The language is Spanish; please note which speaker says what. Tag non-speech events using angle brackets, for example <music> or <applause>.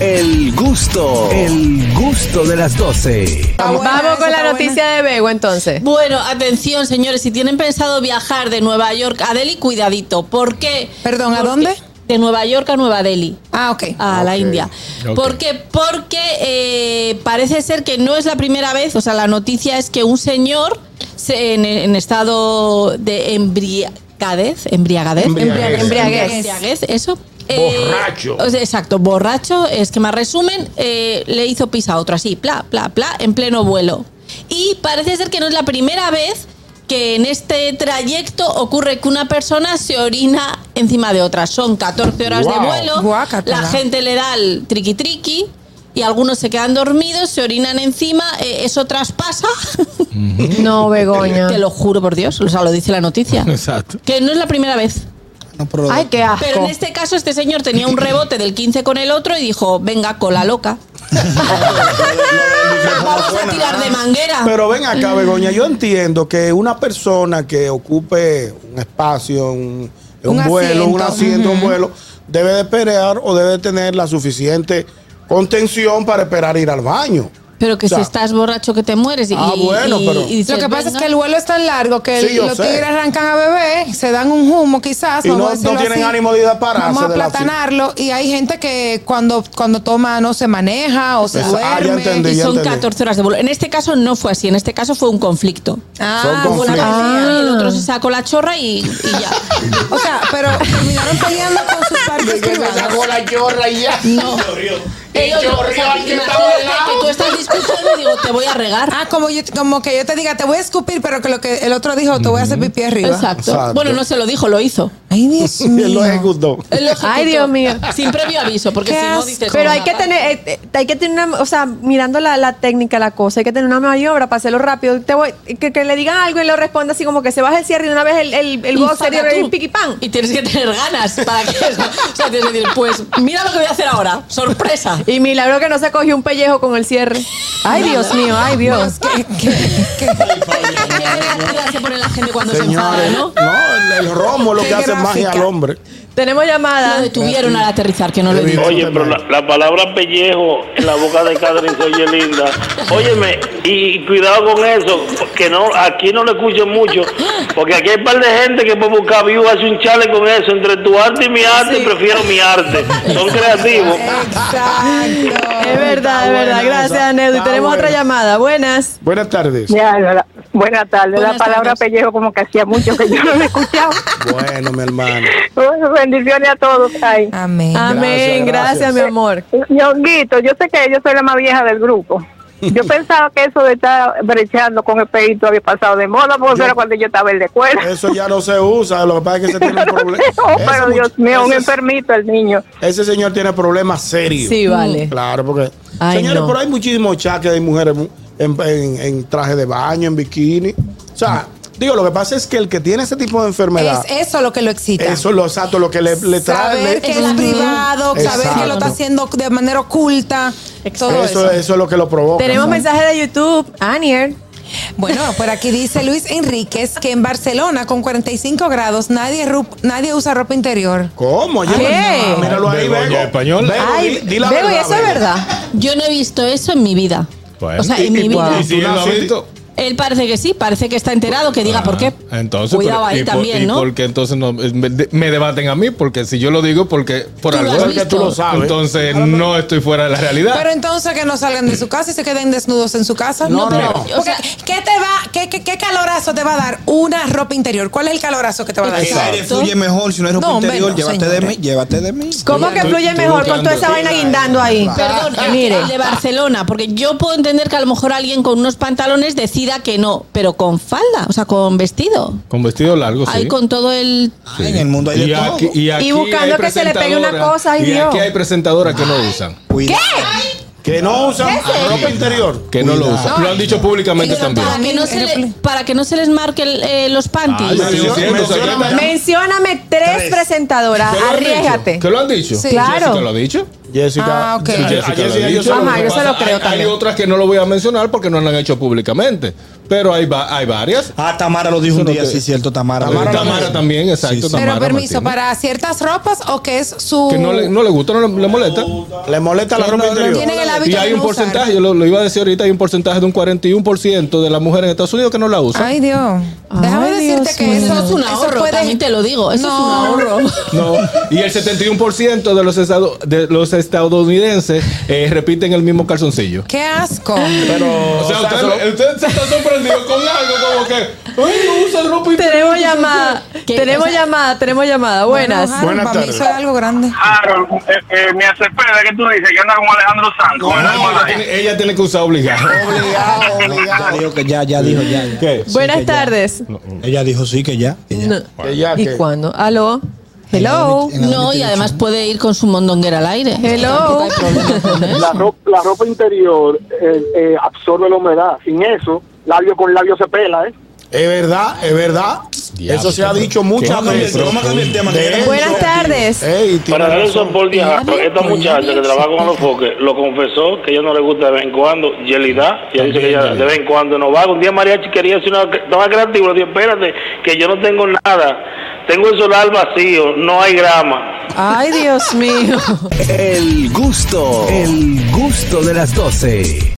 Speaker 1: El gusto, el gusto de las 12.
Speaker 2: Vamos
Speaker 3: buena, esa
Speaker 2: con la
Speaker 3: está
Speaker 2: noticia de Bego entonces.
Speaker 4: Bueno, atención, señores, si tienen pensado viajar de Nueva York a Delhi, cuidadito. ¿Por qué?
Speaker 3: Perdón, ¿a
Speaker 4: Porque-
Speaker 3: dónde?
Speaker 4: De Nueva York a Nueva Delhi.
Speaker 3: Ah, ok.
Speaker 4: A la
Speaker 5: Ok,
Speaker 4: India.
Speaker 5: ok.
Speaker 4: ¿Por qué? Porque eh, parece ser que no es la primera vez, o sea, la noticia es que un señor se- en, en estado de embriagadez, embriagadez,
Speaker 5: Embriaguez.
Speaker 2: Embriaguez.
Speaker 4: Embriaguez, eso. Eh,
Speaker 5: Borracho.
Speaker 4: o sea, exacto, borracho, es que más resumen, eh, le hizo pis a otro así, pla, pla, pla, en pleno vuelo. Y parece ser que no es la primera vez que en este trayecto ocurre que una persona se orina encima de otra. Son 14 horas de
Speaker 5: Guau.
Speaker 4: vuelo,
Speaker 3: Guácatela.
Speaker 4: la gente le da el triqui triqui y algunos se quedan dormidos, se orinan encima, eh, eso traspasa,
Speaker 2: <laughs>
Speaker 4: <laughs>
Speaker 2: No, Begoña.
Speaker 4: te lo juro por Dios, o sea, lo dice la noticia,
Speaker 5: Exacto.
Speaker 4: que no es la primera vez.
Speaker 6: No, pero-
Speaker 2: Ay, qué asco.
Speaker 4: Pero en este caso este señor tenía un rebote del 15 con el otro y dijo, venga, cola loca. Vamos a tirar de manguera.
Speaker 5: Ah, Pero ven acá, Begoña, yo entiendo que una persona que ocupe un espacio, un, un
Speaker 3: Un
Speaker 5: vuelo, un
Speaker 3: asiento.
Speaker 5: asiento, un vuelo, debe de esperar o debe de tener la suficiente contención para esperar ir al baño.
Speaker 4: Pero que
Speaker 5: O sea,
Speaker 4: si estás borracho que te mueres y,
Speaker 5: Ah,
Speaker 4: y-
Speaker 5: bueno,
Speaker 4: y-
Speaker 5: pero-
Speaker 4: y dices,
Speaker 3: Lo que pasa es
Speaker 4: "Venga".
Speaker 3: que el vuelo es tan largo que el-
Speaker 5: Sí, yo
Speaker 3: los
Speaker 5: sé.
Speaker 3: tigres arrancan a beber, se dan un humo quizás.
Speaker 5: Y no-
Speaker 3: vamos a decirlo
Speaker 5: no tienen
Speaker 3: así.
Speaker 5: ánimo de ir a pararse
Speaker 3: Vamos a
Speaker 5: de la silla. <laughs>
Speaker 3: platanarlo. Y hay gente que cuando, cuando toma no se maneja o se
Speaker 5: Esa- ah, ya
Speaker 3: duerme.
Speaker 5: entendí.
Speaker 4: Y
Speaker 5: ya
Speaker 4: son
Speaker 5: entendí.
Speaker 4: 14 horas de vuelo. En este caso no fue así, en este caso fue un conflicto.
Speaker 3: Ah,
Speaker 5: Son
Speaker 4: Fue una
Speaker 5: conflictos.
Speaker 4: pelea y el otro se sacó la chorra y, y ya.
Speaker 5: <laughs>
Speaker 2: Ah.
Speaker 3: o sea, pero terminaron peleando con sus partes privadas.
Speaker 5: la chorra y ya.
Speaker 4: No. Ellos,
Speaker 5: chorreó
Speaker 4: o sea,
Speaker 5: al que
Speaker 4: imagínate
Speaker 5: estaba al lado.
Speaker 4: que tú estás discutiendo y digo, te voy a regar.
Speaker 3: Ah, como, yo, como que yo te diga, te voy a escupir, pero que lo que el otro dijo, te voy a hacer pipí arriba.
Speaker 4: Exacto.
Speaker 5: Exacto.
Speaker 4: Bueno, no se lo dijo, lo hizo.
Speaker 3: Ay,
Speaker 5: <laughs>
Speaker 3: Dios mío.
Speaker 5: Él lo ejecutó.
Speaker 4: Él lo
Speaker 2: Ay,
Speaker 4: ejecutó.
Speaker 2: Dios mío.
Speaker 4: Sin previo aviso, porque
Speaker 3: Qué
Speaker 4: si no
Speaker 3: asco.
Speaker 4: dices. "Oh,
Speaker 2: Pero hay
Speaker 4: "Una
Speaker 2: que
Speaker 4: pata".
Speaker 2: tener, eh, eh, hay que tener una, o sea, mirando la, la técnica, la cosa, hay que tener una maniobra para hacerlo rápido. Te voy- que, que le digan algo y lo responda así como que se baja el cierre y de una vez el, el, el
Speaker 4: Y
Speaker 2: boxer
Speaker 4: faca
Speaker 2: y
Speaker 4: tú.
Speaker 2: el piqui pan.
Speaker 4: Y tienes que tener ganas para que eso. O sea, tienes que decir, pues mira lo que voy a hacer ahora. <laughs> Sorpresa.
Speaker 2: Y milagro que no se cogió un pellejo con el cierre. Ay, Dios mío, ay, Dios.
Speaker 3: ¿Qué- qué- qué-
Speaker 5: <laughs>
Speaker 4: Qué divertida se pone la gente cuando se
Speaker 5: Señores,
Speaker 4: enfada, ¿no?
Speaker 5: no, el, el romo es lo
Speaker 3: Qué
Speaker 5: que hace magia
Speaker 3: gráfica.
Speaker 5: al hombre.
Speaker 2: Tenemos
Speaker 4: Lo
Speaker 2: llamada.
Speaker 4: detuvieron al aterrizar, que no lo he dicho.
Speaker 7: Oye, pero la, la palabra pellejo en la boca de Catherine se oye linda. Óyeme, y, y cuidado con eso, que no, aquí no lo escucho mucho, porque aquí hay un par de gente que puede buscar vivo, hace un chale con eso. Entre tu arte y mi arte, prefiero mi arte. Son creativos.
Speaker 3: Exacto.
Speaker 2: Es verdad, es verdad. Gracias, Neu. Y tenemos otra llamada. <laughs> Buenas.
Speaker 5: Buenas tardes.
Speaker 3: <laughs>
Speaker 8: Ya, la- buenas tardes.
Speaker 4: Buenas
Speaker 8: la palabra
Speaker 4: tardes.
Speaker 8: pellejo como que hacía mucho que yo no la escuchaba.
Speaker 5: Bueno, mi hermano.
Speaker 8: <laughs> Bueno, bendiciones a todos. Ay.
Speaker 4: Ah.
Speaker 3: Amén.
Speaker 2: Amén.
Speaker 5: gracias.
Speaker 2: Gracias, mi amor.
Speaker 8: Ñonguito, yo sé que yo soy la más vieja del grupo. Yo
Speaker 4: <laughs>
Speaker 8: pensaba que eso de estar brechando con el peito había pasado de moda, porque
Speaker 5: Yo-
Speaker 8: eso era cuando yo estaba en la escuela.
Speaker 5: Eso ya no se usa, lo que pasa es que se tiene un problema.
Speaker 8: <laughs> Oh,
Speaker 5: Ese
Speaker 8: pero
Speaker 5: much-
Speaker 8: Dios mío, un
Speaker 5: ese-
Speaker 8: enfermito el niño.
Speaker 5: Ese señor tiene problemas serios.
Speaker 2: Sí, vale.
Speaker 5: Claro, porque.
Speaker 2: Ay,
Speaker 5: señores,
Speaker 2: no.
Speaker 5: pero hay muchísimos chats que hay mujeres mu- en, en- en traje de baño, en bikini. O sea, digo, lo que pasa es que el que tiene ese tipo de enfermedad,
Speaker 3: Es eso lo que lo excita.
Speaker 5: eso es lo exacto, lo que le, le trae.
Speaker 3: saber
Speaker 5: le-
Speaker 3: que es
Speaker 4: Ujú.
Speaker 3: privado, saber que lo está
Speaker 5: Exacto.
Speaker 3: haciendo de manera oculta. Todo eso.
Speaker 5: eso, eso es lo que lo provoca.
Speaker 2: Tenemos
Speaker 5: ¿sabes?
Speaker 2: mensaje de YouTube. Anier.
Speaker 3: Bueno, por aquí dice Luis Enríquez que en Barcelona con 45 grados nadie, ru- nadie usa ropa interior.
Speaker 5: ¿Cómo? Oye,
Speaker 2: ¿Qué?
Speaker 5: no, Míralo ahí,
Speaker 9: Begoña
Speaker 5: Bego.
Speaker 9: española.
Speaker 5: Bego,
Speaker 2: Ay,
Speaker 5: di- di la
Speaker 2: Bego, ¿y eso es
Speaker 5: Bego.
Speaker 2: verdad?
Speaker 4: Yo no he visto eso en mi vida.
Speaker 9: Bueno.
Speaker 4: O sea,
Speaker 5: Y-
Speaker 4: en mi
Speaker 5: y-
Speaker 4: vida.
Speaker 5: y-
Speaker 9: ¿Y si él lo ha visto?
Speaker 4: Él parece que sí, parece que está enterado, que diga por qué.
Speaker 9: Ah, Entonces,
Speaker 4: Cuidado
Speaker 9: pero-
Speaker 4: ahí
Speaker 9: y por-
Speaker 4: también,
Speaker 9: y
Speaker 4: ¿no?
Speaker 9: porque entonces no- eh, me, de- me debaten a mí, porque si yo lo digo, porque por
Speaker 4: Tú lo
Speaker 9: algo.
Speaker 4: has
Speaker 9: es.
Speaker 4: visto.
Speaker 5: Porque tú lo sabes.
Speaker 9: Entonces, no estoy fuera de la realidad.
Speaker 3: Pero entonces que no salgan de su casa y se queden desnudos en su casa.
Speaker 4: No, pero- o
Speaker 3: Porque,
Speaker 4: sea-
Speaker 3: ¿qué te va, qué, qué, qué calorazo te va a dar una ropa interior? ¿Cuál es el calorazo que te va a dar?
Speaker 6: El aire
Speaker 4: Exacto.
Speaker 6: fluye mejor si no es ropa
Speaker 3: No, hombre,
Speaker 6: interior.
Speaker 3: no,
Speaker 6: llévate de
Speaker 3: señores.
Speaker 6: mí, llévate de mí.
Speaker 2: ¿Cómo que
Speaker 9: tú-
Speaker 2: fluye
Speaker 9: tú
Speaker 2: mejor con
Speaker 9: buscando-
Speaker 2: toda esa vaina guindando ahí?
Speaker 4: Perdón, el-
Speaker 2: Mire.
Speaker 4: el de Barcelona, porque yo puedo entender que a lo mejor alguien con unos pantalones decida que no, pero con falda, o sea, con vestido.
Speaker 9: Con vestido largo,
Speaker 4: Ahí
Speaker 9: Pues sí.
Speaker 4: con todo el
Speaker 6: Ay, en el mundo hay de
Speaker 9: y,
Speaker 6: todo.
Speaker 9: aquí, y, aquí
Speaker 2: Y buscando
Speaker 9: hay
Speaker 2: que se le pegue una
Speaker 9: presentadoras-
Speaker 2: cosa, ay,
Speaker 9: Y
Speaker 2: Dios.
Speaker 9: aquí hay presentadoras que no usan.
Speaker 6: Cuidado.
Speaker 5: Que no usan ropa interior.
Speaker 9: Que no lo
Speaker 6: Cuidado.
Speaker 9: usan. Lo han dicho públicamente
Speaker 3: Pero
Speaker 9: también.
Speaker 4: para que no se le-
Speaker 3: Aeroplane.
Speaker 4: para que no se les marque el, eh, los panties.
Speaker 9: Ay, sí,
Speaker 5: Menciona-
Speaker 9: sí, entonces aquí
Speaker 5: menciona-
Speaker 9: está-
Speaker 2: Mencióname tres presentadoras.
Speaker 9: ¿Que lo han dicho?
Speaker 2: Arriesgate.
Speaker 9: ¿Que lo han dicho?
Speaker 3: Sí.
Speaker 2: Claro.
Speaker 9: ¿Jessica lo ha dicho?
Speaker 5: Jessica.
Speaker 3: Ah, ok.
Speaker 9: Sí,
Speaker 5: a- a
Speaker 9: Jessica lo ha
Speaker 5: Jessica, yo
Speaker 9: dicho.
Speaker 5: solo-
Speaker 2: Ajá, yo se lo
Speaker 9: Pasa-
Speaker 2: creo
Speaker 9: hay,
Speaker 2: también.
Speaker 9: Hay otras que no lo voy a mencionar porque no lo han hecho públicamente, pero hay, va- hay varias.
Speaker 6: Ah, Tamara lo dijo un
Speaker 9: Eso no
Speaker 6: día,
Speaker 9: te-
Speaker 6: sí, cierto, Tamara.
Speaker 9: Tamara, Tamara también, exacto, Tamara.
Speaker 3: Pero permiso,
Speaker 9: Martínez.
Speaker 3: para ciertas ropas o que es su.
Speaker 9: Que no le, no le gusta, no le, le molesta.
Speaker 5: Le molesta la
Speaker 9: No,
Speaker 5: ropa
Speaker 9: no, no,
Speaker 5: interior.
Speaker 3: Tienen el hábito
Speaker 9: Y
Speaker 3: de
Speaker 9: hay
Speaker 3: no
Speaker 9: un porcentaje,
Speaker 3: usar.
Speaker 9: yo lo, lo iba a decir ahorita, hay un porcentaje de un 41% de las mujeres en Estados Unidos que no la usan.
Speaker 3: Ay, Dios. Déjame
Speaker 2: Ay,
Speaker 3: decirte
Speaker 2: Dios
Speaker 3: que
Speaker 2: mío.
Speaker 3: eso,
Speaker 4: Eso es un
Speaker 3: eso
Speaker 4: ahorro,
Speaker 3: puede-
Speaker 4: también te lo digo. Eso
Speaker 3: No.
Speaker 4: es un
Speaker 2: <laughs>
Speaker 4: ahorro.
Speaker 9: No, y el 71% de los, estado- de los estadounidenses eh, repiten el mismo calzoncillo.
Speaker 3: Qué asco.
Speaker 5: Pero,
Speaker 9: O sea, usted, usted se está sorprendido con algo como que, ay, no usa ropa interior".
Speaker 2: Tenemos llamada,
Speaker 4: ¿Qué?
Speaker 2: tenemos
Speaker 4: O sea-
Speaker 2: llamada, tenemos llamada. Buenas.
Speaker 3: Bueno, Harold,
Speaker 5: Buenas
Speaker 3: para mí
Speaker 5: tardes.
Speaker 3: eso es algo grande.
Speaker 7: Harold, eh, eh, me hace pena que tú dices que anda como Alejandro Santos.
Speaker 9: No,
Speaker 7: ¿verdad,
Speaker 9: ella,
Speaker 7: hermano?
Speaker 9: tiene, ella tiene que usar obligado.
Speaker 5: obligado,
Speaker 6: Ya
Speaker 5: obligado.
Speaker 6: dijo que ya, ya dijo ya. ya.
Speaker 9: ¿Qué?
Speaker 2: Buenas
Speaker 6: que ya.
Speaker 2: tardes.
Speaker 6: Ella dijo sí, que ya. que ya.
Speaker 2: No.
Speaker 5: Que ya
Speaker 2: ¿Y
Speaker 5: que-
Speaker 2: cuándo? Aló. Hello.
Speaker 6: En la
Speaker 4: No, y
Speaker 6: 2018.
Speaker 4: además puede ir con su mondonguera al aire.
Speaker 2: Hello.
Speaker 4: Tampoco hay problema con eso.
Speaker 10: La ropa, la ropa interior eh, eh, absorbe la humedad. Sin eso, labio con labio se pela, ¿eh?
Speaker 5: Es verdad, es verdad.
Speaker 9: Diablo,
Speaker 5: Eso se ha
Speaker 9: qué-
Speaker 5: dicho muchas
Speaker 6: Vamos a cambiar-
Speaker 5: veces.
Speaker 6: vamos a cambiar el tema, que
Speaker 5: De
Speaker 6: ya
Speaker 5: hecho,
Speaker 2: Buenas tardes.
Speaker 5: Ey, tiene
Speaker 7: Para darle un
Speaker 5: razón.
Speaker 7: soporte a Harold, esta
Speaker 4: Nadie-
Speaker 7: muchacha
Speaker 4: nadie
Speaker 7: que trabaja con
Speaker 4: se-
Speaker 7: los foques lo confesó que ella no le gusta de vez en cuando Yelida, ella dice que ella de vez en cuando no va. Un día Mariachi quería hacer una toma creativa, le dije, espérate, que yo no tengo nada, tengo el solar vacío, no hay grama.
Speaker 2: Ay, Dios mío.
Speaker 1: El gusto, el gusto de las 12.